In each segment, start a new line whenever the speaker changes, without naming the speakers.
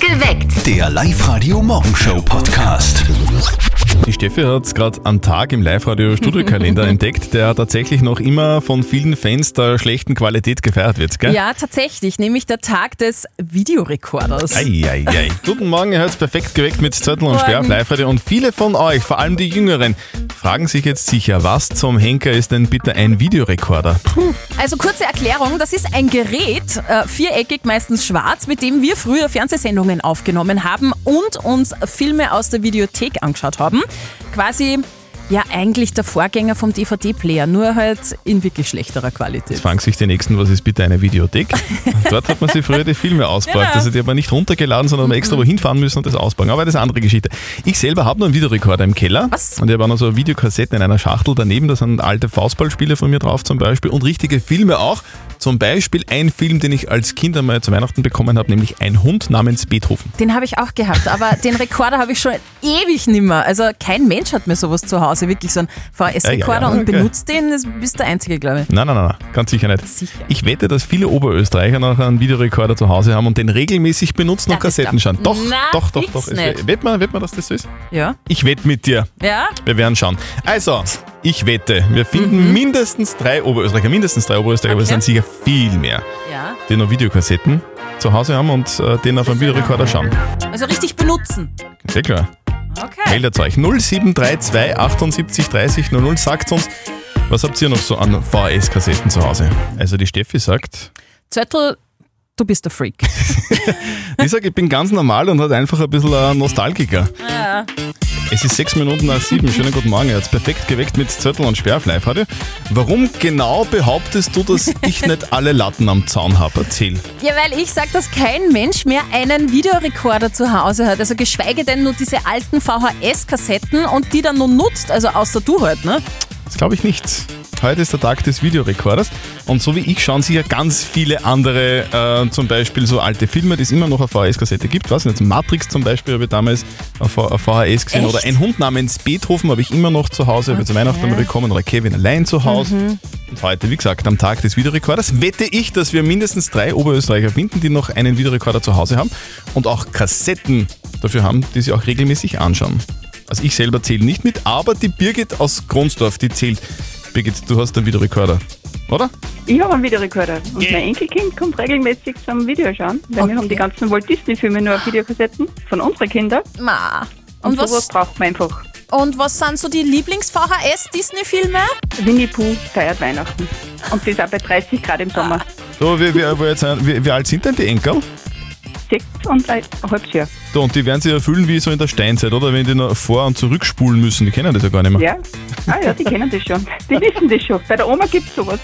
Geweckt.
Der Live-Radio-Morgenshow-Podcast.
Die Steffi hat es gerade am Tag im Live-Radio-Studiokalender entdeckt, der tatsächlich noch immer von vielen Fans der schlechten Qualität gefeiert wird, gell?
Ja, tatsächlich, nämlich der Tag des Videorekorders.
Eieiei. Guten Morgen, ihr hört's perfekt geweckt mit Zettel und
Morgen.
Sperr auf Live-Radio. Und viele von euch, vor allem die Jüngeren, fragen sich jetzt sicher, was zum Henker ist denn bitte ein Videorekorder?
Also kurze Erklärung, das ist ein Gerät, äh, viereckig, meistens schwarz, mit dem wir früher Fernsehsendungen aufgenommen haben und uns Filme aus der Videothek angeschaut haben. Quasi ja eigentlich der Vorgänger vom DVD-Player, nur halt in wirklich schlechterer Qualität.
Jetzt fragen sich die Nächsten, was ist bitte eine Videothek? Dort hat man sich früher die Filme ausgebracht.
Genau. Mhm.
Also die hat man nicht runtergeladen, sondern hat man extra wohin fahren müssen und das ausbauen. Aber das ist eine andere Geschichte. Ich selber habe noch einen Videorekorder im Keller.
Was?
Und ich habe auch noch so Videokassetten in einer Schachtel daneben. Da sind alte Faustballspiele von mir drauf zum Beispiel und richtige Filme auch. Zum Beispiel ein Film, den ich als Kind einmal zu Weihnachten bekommen habe, nämlich Ein Hund namens Beethoven.
Den habe ich auch gehabt, aber den Rekorder habe ich schon ewig nimmer. Also kein Mensch hat mir sowas zu Hause, wirklich so einen VHS-Rekorder
Ja, ja, ja,
und
okay.
benutzt den, das bist der Einzige, glaube ich.
Nein, nein, nein, nein, ganz sicher nicht.
Sicher.
Ich wette, dass viele Oberösterreicher noch einen Videorekorder zu Hause haben und den regelmäßig benutzen und
Das ist
Kassetten
doch-
schauen. Doch,
Na,
doch, doch,
fix
doch. Es-
nicht.
Wett man, wett man, dass das so ist?
Ja?
Ich wette mit dir.
Ja?
Wir werden schauen. Also, ich wette, wir finden mindestens drei Oberösterreicher, mindestens drei Oberösterreicher, aber es
Okay.
sind sicher viel mehr,
Ja.
die noch Videokassetten zu Hause haben und äh, den auf einem Videorekorder schauen.
Also richtig benutzen.
Sehr klar.
Okay.
Meldet euch 0732 78 30 00. Sagt uns, was habt ihr noch so an VHS-Kassetten zu Hause? Also, die Steffi sagt,
Zettel, du bist der Freak.
ich sag, ich bin ganz normal und halt einfach ein bisschen ein Nostalgiker.
Ja.
Es ist sechs Minuten nach sieben. Schönen guten Morgen. Ihr habt's perfekt geweckt mit Zettel und Sperrfleif heute. Warum genau behauptest du, dass ich nicht alle Latten am Zaun habe? Erzähl.
Ja, weil ich sage, dass kein Mensch mehr einen Videorekorder zu Hause hat. Also geschweige denn nur diese alten VHS-Kassetten und die dann nur nutzt, also außer du halt, ne?
Das glaube ich nicht. Heute ist der Tag des Videorekorders und so wie ich schauen sicher ganz viele andere, äh, zum Beispiel so alte Filme, die es immer noch auf VHS-Kassette gibt. Was jetzt Matrix zum Beispiel habe ich damals auf, V- auf VHS gesehen
Echt?
oder ein Hund namens Beethoven habe ich immer noch zu Hause, habe ich zu Weihnachten bekommen oder Kevin allein zu Hause. Und heute, wie gesagt, am Tag des Videorekorders wette ich, dass wir mindestens drei Oberösterreicher finden, die noch einen Videorekorder zu Hause haben und auch Kassetten dafür haben, die sie auch regelmäßig anschauen. Also ich selber zähle nicht mit, aber die Birgit aus Gronsdorf, die zählt. Birgit, du hast einen Videorekorder, oder?
Ich habe einen Videorekorder. Und mein Enkelkind kommt regelmäßig zum Videoschauen, weil
Okay.
wir haben die ganzen Walt Disney-Filme nur auf Videokassetten von unseren Kindern.
Ma.
Und,
Und
sowas
was,
braucht man einfach.
und was sind so die Lieblings-VHS-Disney-Filme?
Winnie Pooh feiert Weihnachten. Und das auch bei 30 Grad im Sommer.
Ah.
So, wie, wie, wo jetzt, wie, wie alt sind denn die Enkel?
Sechs und ein halbes Jahr.
So, und die werden sich ja fühlen wie so in der Steinzeit, oder? Wenn die noch vor- und zurückspulen müssen, die kennen das ja gar nicht mehr.
Ja. Ah ja, die kennen das schon. Die wissen das schon. Bei der Oma gibt es sowas.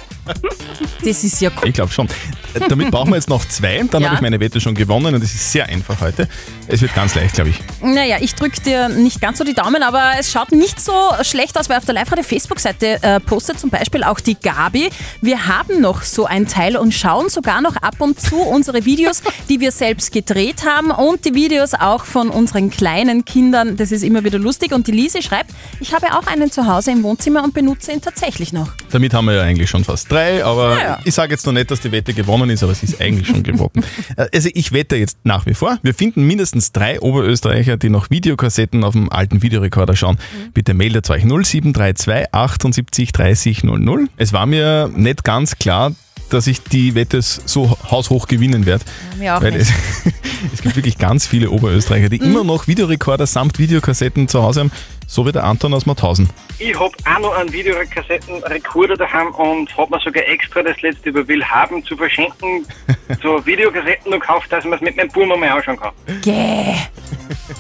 Das ist ja cool.
Ich glaube schon. Äh, Damit brauchen wir jetzt noch zwei. Dann
Ja.
habe ich meine Wette schon gewonnen und es ist sehr einfach heute. Es wird ganz leicht, glaube ich.
Naja, ich drücke dir nicht ganz so die Daumen, aber es schaut nicht so schlecht aus, weil auf der Live-Radio-Facebook-Seite äh, postet zum Beispiel auch die Gabi. Wir haben noch so ein Teil und schauen sogar noch ab und zu unsere Videos, die wir selbst gedreht haben und die Videos auch von unseren kleinen Kindern. Das ist immer wieder lustig. Und die Lise schreibt, ich habe auch einen zu Hause im Wohnzimmer und benutze ihn tatsächlich noch.
Damit haben wir ja eigentlich schon fast drei, aber
ja.
ich sage jetzt noch nicht, dass die Wette gewonnen ist, aber sie ist eigentlich schon gewonnen. Äh, Also ich wette jetzt nach wie vor, wir finden mindestens drei Oberösterreicher, die noch Videokassetten auf dem alten Videorekorder schauen.
Mhm.
Bitte meldet euch 0732 78 30 00. Es war mir nicht ganz klar, dass ich die Wette so haushoch gewinnen werde.
mir auch
Weil
nicht. Mhm.
es, es gibt wirklich ganz viele Oberösterreicher, die immer noch Videorekorder samt Videokassetten zu Hause haben, so wie der Anton aus Mauthausen.
Ich habe auch noch einen Videokassettenrekorder daheim und habe mir sogar extra das letzte über Willhaben zu verschenken zur Videokassetten noch gekauft, dass man es mit meinem Buben mal anschauen kann.
Yeah.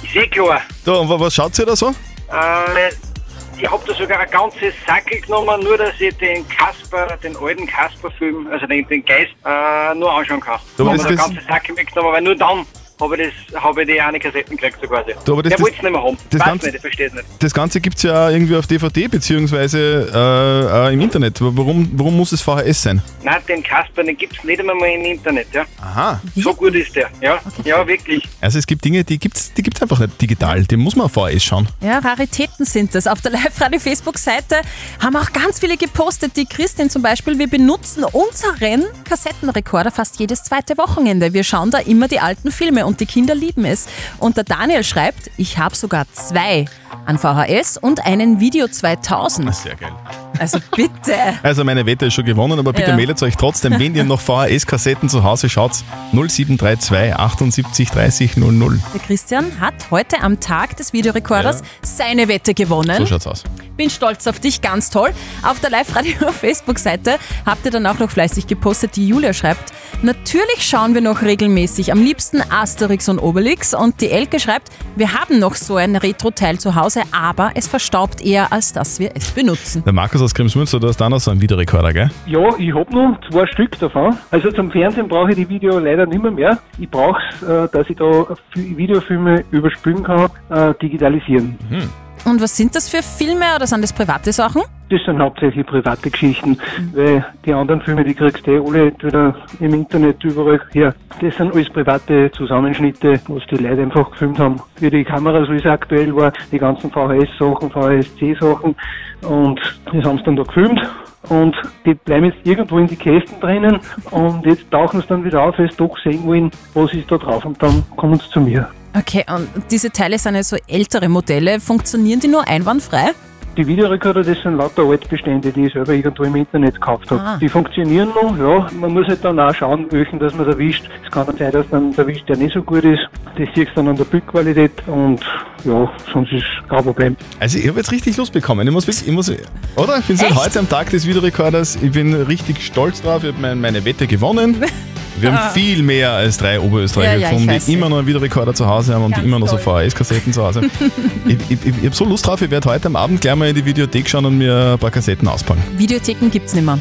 Ist eh klar.
So, und wa- was schaut ihr da so?
Äh, ich habe da sogar ein ganzes Sackel genommen, nur dass ich den Kasper, den alten Kasper-Film, also den, den Geist, äh, nur anschauen kann.
Du, aber
habe
das-
ein
das-
ganzes Sackel mitgenommen, weil nur dann habe ich, das- habe ich die eine Kassetten gekriegt, so quasi.
Du, aber das-
Der
das-
wollte es nicht mehr haben.
das
Weiß
ganze-
nicht, ich verstehe es nicht.
Das Ganze gibt es ja irgendwie auf DVD beziehungsweise äh, äh, im Internet. W- Warum, warum muss es VHS sein?
Nein, den Kasper, den gibt es nicht einmal im Internet, ja.
Aha.
So gut ist der, ja. Ja, wirklich.
Also es gibt Dinge, die gibt es die gibt's einfach nicht digital. Die muss man auf VHS schauen.
Ja, Raritäten sind das. Auf der Live-Radio-Facebook-Seite haben auch ganz viele gepostet. Die Christin zum Beispiel, wir benutzen unseren Kassettenrekorder fast jedes zweite Wochenende. Wir schauen da immer die alten Filme und die Kinder lieben es. Und der Daniel schreibt, ich habe sogar zwei an VHS und einen Video 2000.
Sehr geil.
Also bitte.
Also meine Wette ist schon gewonnen, aber bitte
Ja.
meldet euch trotzdem, wenn ihr noch VHS-Kassetten zu Hause schaut, 0732 78 30 00.
Der Christian hat heute am Tag des Videorekorders seine Wette gewonnen.
So schaut's aus.
Bin stolz auf dich, ganz toll. Auf der Live-Radio-Facebook-Seite habt ihr dann auch noch fleißig gepostet. Die Julia schreibt, natürlich schauen wir noch regelmäßig, am liebsten Asterix und Obelix. Und die Elke schreibt, wir haben noch so ein Retro-Teil zu Hause, aber es verstaubt eher, als dass wir es benutzen.
Der Markus aus Kremsmünster, du hast auch noch so einen Videorekorder, gell?
Ja, ich hab noch zwei Stück davon. Also zum Fernsehen brauche ich die Video leider nicht mehr. mehr. Ich brauche es, äh, dass ich da Fi- Videofilme überspülen kann, äh, digitalisieren.
Und was sind das für Filme oder sind das private Sachen?
Das sind hauptsächlich private Geschichten, weil die anderen Filme, die kriegst du eh alle wieder im Internet überall her. Das sind alles private Zusammenschnitte, was die Leute einfach gefilmt haben. Für die Kamera, so wie es aktuell war, die ganzen VHS-Sachen, VHS-C-Sachen und das haben sie dann da gefilmt. Und die bleiben jetzt irgendwo in die Kästen drinnen und jetzt tauchen sie dann wieder auf, weil sie doch sehen wollen, was ist da drauf und dann kommen sie zu mir.
Okay, und diese Teile sind ja so ältere Modelle. Funktionieren die nur einwandfrei?
Die Videorekorder, das sind lauter Altbestände, die ich selber irgendwo im Internet gekauft habe.
Ah.
Die funktionieren noch, ja. Man muss halt dann auch schauen, welchen dass man erwischt. Es kann dann sein, dass man erwischt, der nicht so gut ist. Das siehst du dann an der Bildqualität und ja, sonst ist kein Problem.
Also ich habe jetzt richtig Lust bekommen. Ich muss wirklich, ich muss, oder? Ich bin seit
Echt?
heute am Tag des Videorekorders. Ich bin richtig stolz drauf. Ich habe mein, meine Wette gewonnen. Wir haben viel mehr als drei Oberösterreicher
Ah. Ja, ja, ich
gefunden,
weiß.
die immer noch einen Videorekorder zu Hause haben und
Ganz
immer noch so
toll.
VHS-Kassetten zu Hause. ich ich, ich habe so Lust drauf, ich werde heute am Abend gleich mal in die Videothek schauen und mir ein paar Kassetten auspacken.
Videotheken gibt's nicht mehr.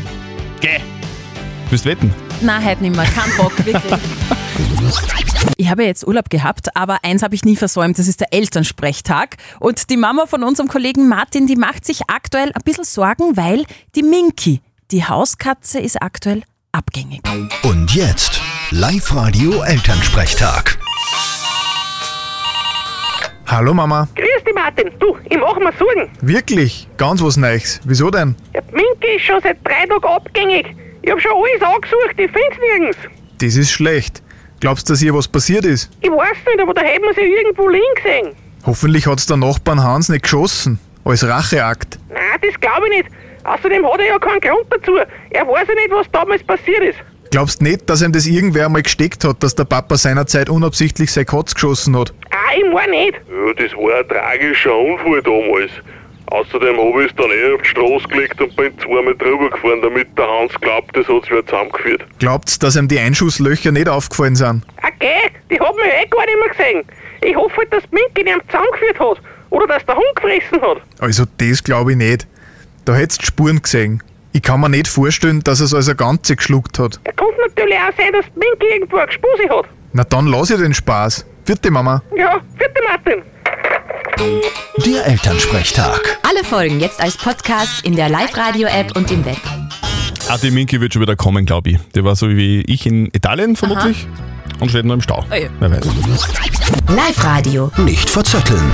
Willst wetten?
Nein, heute nicht mehr. Kein Bock, wirklich. Ich habe ja jetzt Urlaub gehabt, aber eins habe ich nie versäumt, das ist der Elternsprechtag. Und die Mama von unserem Kollegen Martin, die macht sich aktuell ein bisschen Sorgen, weil die Minky, die Hauskatze, ist aktuell abgängig.
Und jetzt Live-Radio Elternsprechtag.
Hallo Mama.
Grüß dich, Martin. Du, ich mach mir Sorgen.
Wirklich? Ganz was Neues. Wieso denn?
Der Minke ist schon seit drei Tagen abgängig. Ich hab schon alles angesucht, ich find's nirgends.
Das ist schlecht. Glaubst du, dass hier was passiert ist?
Ich weiß nicht, aber da hätten wir sie irgendwo liegen gesehen.
Hoffentlich hat's der Nachbarn Hans nicht geschossen. Als Racheakt.
Nein, das glaube ich nicht. Außerdem hat er ja keinen Grund dazu. Er weiß ja nicht, was damals passiert ist.
Glaubst nicht, dass ihm das irgendwer einmal gesteckt hat, dass der Papa seinerzeit unabsichtlich sein Katz geschossen hat?
Ah, ich mein nicht.
Ja, das war ein tragischer Unfall damals. Außerdem habe ich es dann eh auf die Straße gelegt und bin zweimal drüber gefahren, damit der Hans glaubt, das hat wer zusammengeführt.
Glaubt's, dass ihm die Einschusslöcher nicht aufgefallen sind?
Okay, die haben mich eh gar nicht mehr gesehen. Ich hoffe halt, dass die Minke ihn zusammengeführt hat. Oder dass der Hund gefressen hat.
Also das glaube ich nicht. Da hättest Spuren gesehen. Ich kann mir nicht vorstellen, dass es als ein Ganze geschluckt hat.
Er konnte natürlich auch sein, dass die Minke irgendwo eine Gespuse hat.
Na dann lass ich den Spaß. Vierte Mama.
Ja, bitte, Martin.
Der Elternsprechtag.
Alle Folgen jetzt als Podcast in der Live-Radio-App und im Web.
Ah, die Minky wird schon wieder kommen, glaube ich. Die war so wie ich in Italien vermutlich und steht nur im Stau.
Ui.
Wer weiß.
Live-Radio.
Nicht verzetteln.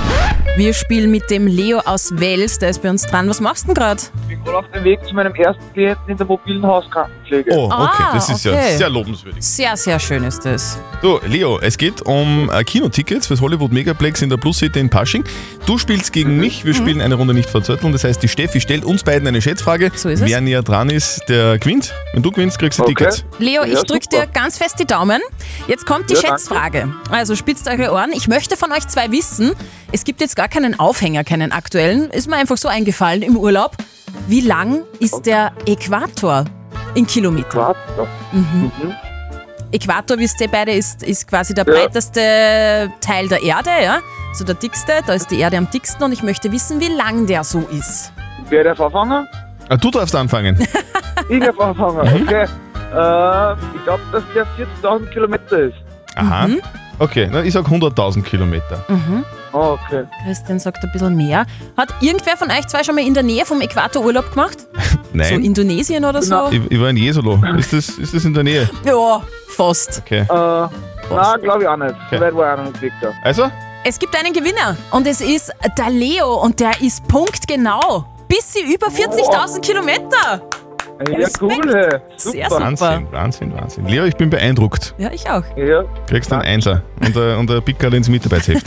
Wir spielen mit dem Leo aus Wels, der ist bei uns dran. Was machst du denn gerade?
Ich bin auf dem Weg zu meinem ersten Klienten in der mobilen Hauskrankenpflege.
Oh, okay,
Ah,
das ist
okay.
ja sehr lobenswürdig.
Sehr, sehr schön ist das.
So, Leo, es geht um äh, Kinotickets fürs Hollywood Megaplex in der Plus-City in Pasching. Du spielst
Mhm.
gegen mich, wir spielen eine Runde nicht verzötteln. Das heißt, die Steffi stellt uns beiden eine Schätzfrage.
So ist es.
Wer näher dran ist, der gewinnt. Wenn du gewinnst, kriegst du
Okay.
Tickets.
Leo,
Ja,
ich drücke
super.
dir ganz fest die Daumen. Jetzt kommt die
Ja, danke.
Schätzfrage. Also spitzt eure Ohren. Ich möchte von euch zwei wissen, es gibt jetzt gar keinen Aufhänger, keinen aktuellen. Ist mir einfach so eingefallen im Urlaub. Wie lang ist der Äquator in Kilometer?
Warte.
Äquator, wisst ihr beide, ist, ist quasi der
Ja.
breiteste Teil der Erde, ja? So der dickste, da ist die Erde am dicksten und ich möchte wissen, wie lang der so ist.
Wer darf anfangen?
Ah, du darfst anfangen.
Ich darf
Mhm.
anfangen, okay. Äh, ich glaube, dass der 40.000 Kilometer ist.
Aha.
Mhm.
Okay, na, ich sag 100.000 Kilometer.
Ah, okay.
Christian sagt ein bisschen mehr. Hat irgendwer von euch zwei schon mal in der Nähe vom Äquator Urlaub gemacht? So
Nein,
Indonesien oder so?
ich, ich war in Jesolo. Ist das, ist das in der Nähe?
Ja, fast.
Okay.
Äh, nein, glaube ich auch nicht.
Okay.
So weit war ich auch noch nicht weg da.
Also,
Es gibt einen Gewinner und es ist der Leo und der ist punktgenau. Bisschen über 40.000 Kilometer.
Ja, cool. Hey.
Sehr
super.
Wahnsinn, Wahnsinn, Wahnsinn. Leo, ich bin beeindruckt.
Ja, ich auch.
Ja.
Kriegst einen Einser und, äh, und ein Pickerl ins Mitarbeitsheft.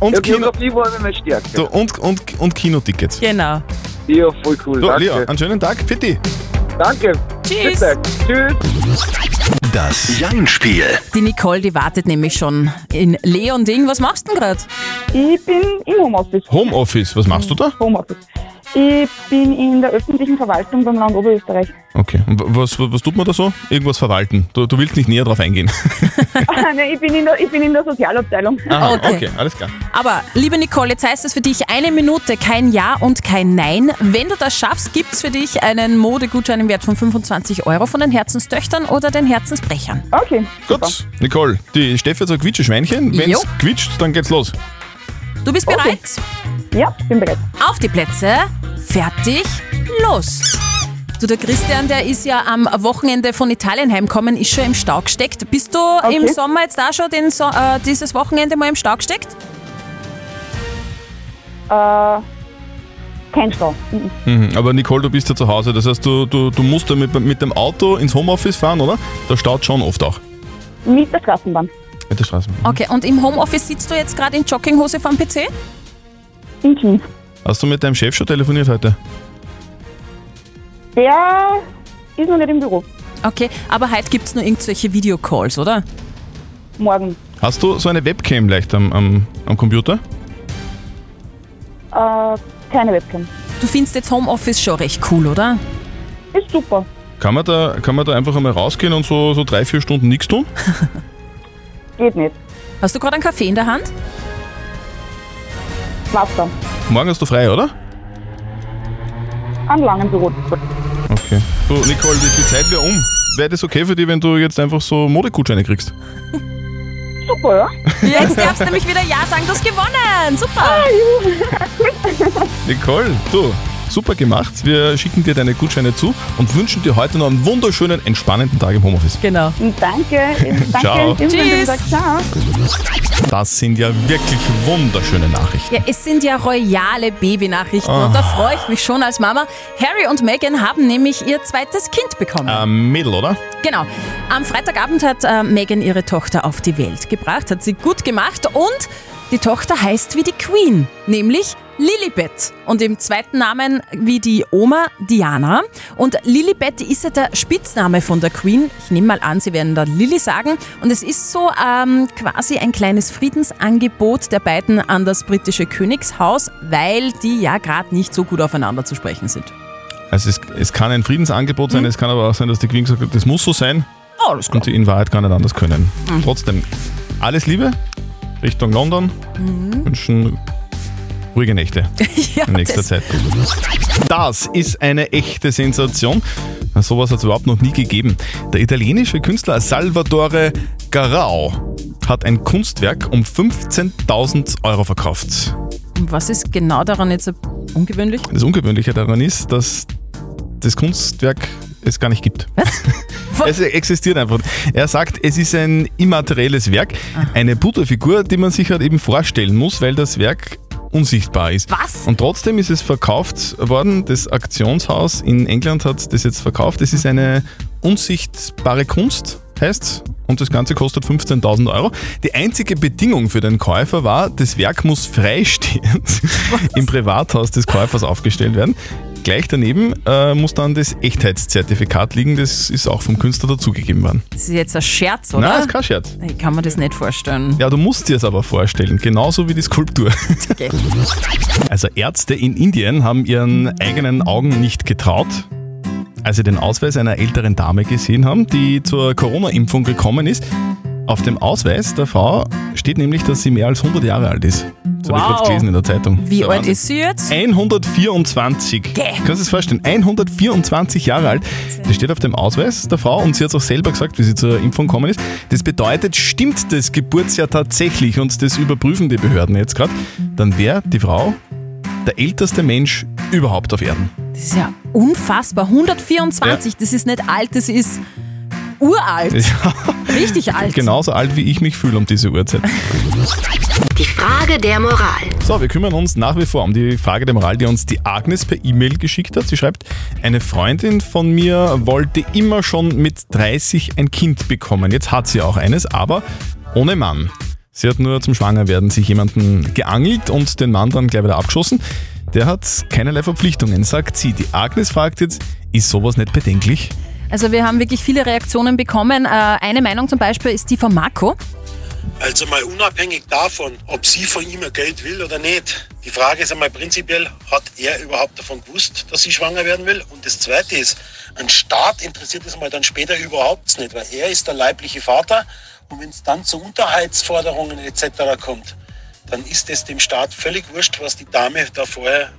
Und ja, Biografie war meine Stärke.
So, und, und, und Kinotickets.
Genau.
Ja, voll cool.
So,
danke.
Leo, einen schönen Tag. Fitti.
Danke.
Tschüss.
Bitte. Tschüss.
Das Jein-Spiel.
Die Nicole, die wartet nämlich schon in Leonding. Was machst du denn gerade?
Ich bin im Homeoffice.
Homeoffice, was machst du da?
Homeoffice. Ich bin in der öffentlichen Verwaltung beim Land Oberösterreich.
Okay. Und was, was tut man da so? Irgendwas verwalten. Du, du willst nicht näher drauf eingehen.
Ah, Nein, ich bin in der, ich bin in der Sozialabteilung.
Ah.
Aha, okay. alles klar.
Aber, liebe Nicole, jetzt heißt es für dich eine Minute, kein Ja und kein Nein. Wenn du das schaffst, gibt es für dich einen Modegutschein im Wert von 25 Euro von den Herzenstöchtern oder den Herzensbrechern.
Okay.
Gut. Nicole, die Steffi hat so ein Quitscheschweinchen. Wenn es
Jo.
quitscht, dann geht's los.
Du bist bereit?
Ja, bin bereit.
Auf die Plätze, fertig, los! Du, der Christian, der ist ja am Wochenende von Italien heimkommen, ist schon im Stau gesteckt. Bist du
Okay.
im Sommer jetzt auch schon den so äh, dieses Wochenende mal im Stau gesteckt?
Äh, kein Stau. Mhm.
Mhm. Aber Nicole, du bist ja zu Hause. Das heißt, du, du, du musst ja mit, mit dem Auto ins Homeoffice fahren, oder? Da staut schon oft auch.
Mit der Straßenbahn.
Mit der Straße.
Okay, und im Homeoffice sitzt du jetzt gerade in Jogginghose vom PC?
In Teams.
Hast du mit deinem Chef schon telefoniert heute?
Der ist noch nicht im Büro.
Okay, aber heute gibt es nur irgendwelche Videocalls, oder?
Morgen.
Hast du so eine Webcam leicht am, am, am Computer?
Äh, keine Webcam.
Du findest jetzt Homeoffice schon recht cool, oder?
Ist super.
Kann man da, kann man da einfach einmal rausgehen und so, so drei, vier Stunden nichts tun?
Geht nicht.
Hast du gerade einen Kaffee in der Hand?
Wasser.
Morgen hast du frei, oder?
Am langen Büro.
Okay. Du, Nicole, die, die Zeit wäre um. Wäre das okay für dich, wenn du jetzt einfach so Modegutscheine kriegst?
Super, ja?
Jetzt darfst du nämlich wieder Ja sagen, du hast gewonnen! Super!
Nicole, du, super gemacht. Wir schicken dir deine Gutscheine zu und wünschen dir heute noch einen wunderschönen, entspannenden Tag im Homeoffice.
Genau.
Danke. Danke.
Ciao.
Tschüss.
Tschüss.
Ciao.
Das sind ja wirklich wunderschöne Nachrichten.
Ja, es sind ja royale Babynachrichten
Ah.
und da freue ich mich schon als Mama. Harry und Meghan haben nämlich ihr zweites Kind bekommen.
Ähm, Mädel, oder?
Genau. Am Freitagabend hat äh, Meghan ihre Tochter auf die Welt gebracht, hat sie gut gemacht und die Tochter heißt wie die Queen, nämlich Lilibet und im zweiten Namen wie die Oma Diana. Und Lilibet ist ja der Spitzname von der Queen. Ich nehme mal an, sie werden da Lilly sagen. Und es ist so ähm, quasi ein kleines Friedensangebot der beiden an das britische Königshaus, weil die ja gerade nicht so gut aufeinander zu sprechen sind.
Also es, es kann ein Friedensangebot sein, es kann aber auch sein, dass die Queen gesagt hat, das muss so sein.
Oh, das
und die in Wahrheit gar nicht anders können. Trotzdem, alles Liebe Richtung London. Wünschen ruhige Nächte
Ja,
in nächster
das-
Zeit. Das ist eine echte Sensation. Sowas hat es überhaupt noch nie gegeben. Der italienische Künstler Salvatore Garau hat ein Kunstwerk um 15.000 Euro verkauft.
Und was ist genau daran jetzt ungewöhnlich?
Das Ungewöhnliche daran ist, dass das Kunstwerk es gar nicht gibt. Es existiert einfach. Er sagt, es ist ein immaterielles Werk,
Ah.
eine Buddha-Figur, die man sich halt eben vorstellen muss, weil das Werk unsichtbar ist.
Was?
Und trotzdem ist es verkauft worden. Das Aktionshaus in England hat das jetzt verkauft. Es ist eine unsichtbare Kunst, heißt und das Ganze kostet 15.000 Euro. Die einzige Bedingung für den Käufer war, das Werk muss freistehend im Privathaus des Käufers aufgestellt werden. Gleich daneben äh, muss dann das Echtheitszertifikat liegen, das ist auch vom Künstler dazugegeben worden.
Das ist jetzt ein Scherz, oder?
Nein, ist kein Scherz.
Ich kann mir das nicht vorstellen.
Ja, du musst dir es aber vorstellen, genauso wie die Skulptur.
Okay.
Also Ärzte in Indien haben ihren eigenen Augen nicht getraut, als sie den Ausweis einer älteren Dame gesehen haben, die zur Corona-Impfung gekommen ist. Auf dem Ausweis der Frau steht nämlich, dass sie mehr als 100 Jahre alt ist. Das habe ich
Wow.
gerade gelesen in der Zeitung.
Wie
Der
alt
Wahnsinn.
ist sie jetzt?
124.
Gäh.
Kannst du es vorstellen? 124 Jahre alt. Das steht auf dem Ausweis der Frau und sie hat es auch selber gesagt, wie sie zur Impfung gekommen ist. Das bedeutet, stimmt das Geburtsjahr tatsächlich und das überprüfen die Behörden jetzt gerade, dann wäre die Frau der älteste Mensch überhaupt auf Erden.
Das ist ja unfassbar. 124, das ist nicht alt, das ist uralt.
Ja. Genau.
Richtig alt.
Genauso alt, wie ich mich fühle um diese Uhrzeit.
Die Frage der Moral.
So, wir kümmern uns nach wie vor um die Frage der Moral, die uns die Agnes per E-Mail geschickt hat. Sie schreibt, eine Freundin von mir wollte immer schon mit 30 ein Kind bekommen. Jetzt hat sie auch eines, aber ohne Mann. Sie hat nur zum Schwangerwerden sich jemanden geangelt und den Mann dann gleich wieder abgeschossen. Der hat keinerlei Verpflichtungen, sagt sie. Die Agnes fragt jetzt, ist sowas nicht bedenklich?
Also wir haben wirklich viele Reaktionen bekommen. Äh, Eine Meinung zum Beispiel ist die von Marco.
Also mal unabhängig davon, ob sie von ihm ein Geld will oder nicht. Die Frage ist einmal prinzipiell, hat er überhaupt davon gewusst, dass sie schwanger werden will? Und das Zweite ist, ein Staat interessiert es mal dann später überhaupt nicht, weil er ist der leibliche Vater. Und wenn es dann zu Unterhaltsforderungen etc. kommt, dann ist es dem Staat völlig wurscht, was die Dame da vorher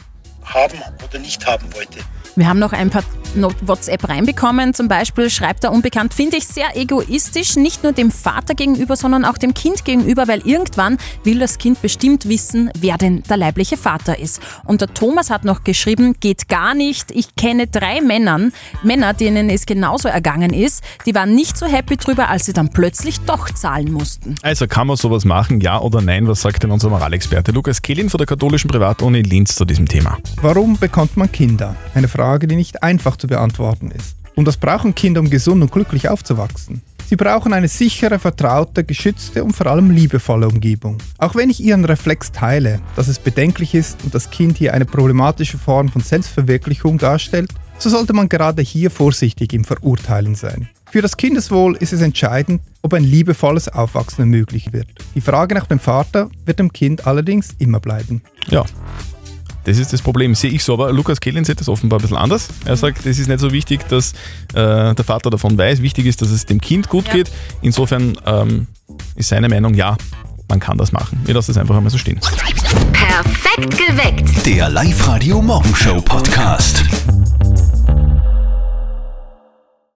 haben oder nicht haben wollte.
Wir haben noch ein paar Not- WhatsApp reinbekommen. Zum Beispiel schreibt er unbekannt, finde ich sehr egoistisch, nicht nur dem Vater gegenüber, sondern auch dem Kind gegenüber, weil irgendwann will das Kind bestimmt wissen, wer denn der leibliche Vater ist. Und der Thomas hat noch geschrieben, geht gar nicht. Ich kenne drei Männern, Männer, denen es genauso ergangen ist. Die waren nicht so happy drüber, als sie dann plötzlich doch zahlen mussten.
Also kann man sowas machen, ja oder nein? Was sagt denn unser Moralexperte Lukas Kehlin von der katholischen Privatuni Linz zu diesem Thema?
Warum bekommt man Kinder? Eine Frage, die nicht einfach zu beantworten ist. Und das brauchen Kinder, um gesund und glücklich aufzuwachsen. Sie brauchen eine sichere, vertraute, geschützte und vor allem liebevolle Umgebung. Auch wenn ich Ihren Reflex teile, dass es bedenklich ist und das Kind hier eine problematische Form von Selbstverwirklichung darstellt, so sollte man gerade hier vorsichtig im Verurteilen sein. Für das Kindeswohl ist es entscheidend, ob ein liebevolles Aufwachsen ermöglicht wird. Die Frage nach dem Vater wird dem Kind allerdings immer bleiben.
Ja. Das ist das Problem, sehe ich so. Aber Lukas Kehlin sieht das offenbar ein bisschen anders. Er sagt, es ist nicht so wichtig, dass äh, der Vater davon weiß. Wichtig ist, dass es dem Kind gut geht. Insofern ähm, ist seine Meinung, ja, man kann das machen. Wir lassen es einfach einmal so stehen.
Perfekt geweckt.
Der Live-Radio Morgenshow Podcast.